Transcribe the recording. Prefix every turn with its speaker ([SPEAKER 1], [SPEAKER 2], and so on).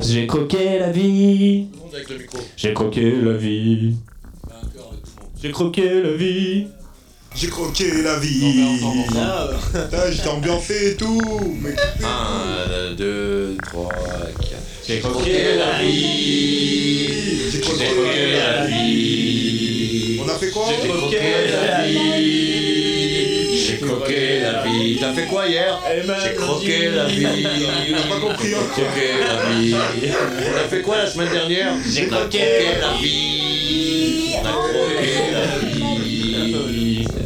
[SPEAKER 1] J'ai croqué la vie.
[SPEAKER 2] monde avec le micro.
[SPEAKER 1] J'ai croqué la vie.
[SPEAKER 2] Bah, encore, tout le monde.
[SPEAKER 1] J'ai croqué la vie.
[SPEAKER 3] J'ai croqué la
[SPEAKER 2] Non,
[SPEAKER 3] vie.
[SPEAKER 2] mais on s'en fout.
[SPEAKER 3] Putain, j'étais ambiancé et tout. Mais
[SPEAKER 2] 1, 2, 3, 4.
[SPEAKER 1] J'ai croqué la
[SPEAKER 3] j'ai croqué la vie. On a fait quoi
[SPEAKER 2] J'ai croqué la vie. J'ai croqué la vie. T'as fait quoi hier J'ai croqué la vie.
[SPEAKER 3] On n'a pas compris.
[SPEAKER 2] J'ai
[SPEAKER 3] hein.
[SPEAKER 2] croqué la vie. On a fait quoi la semaine dernière J'ai croqué la vie. On a croqué la vie.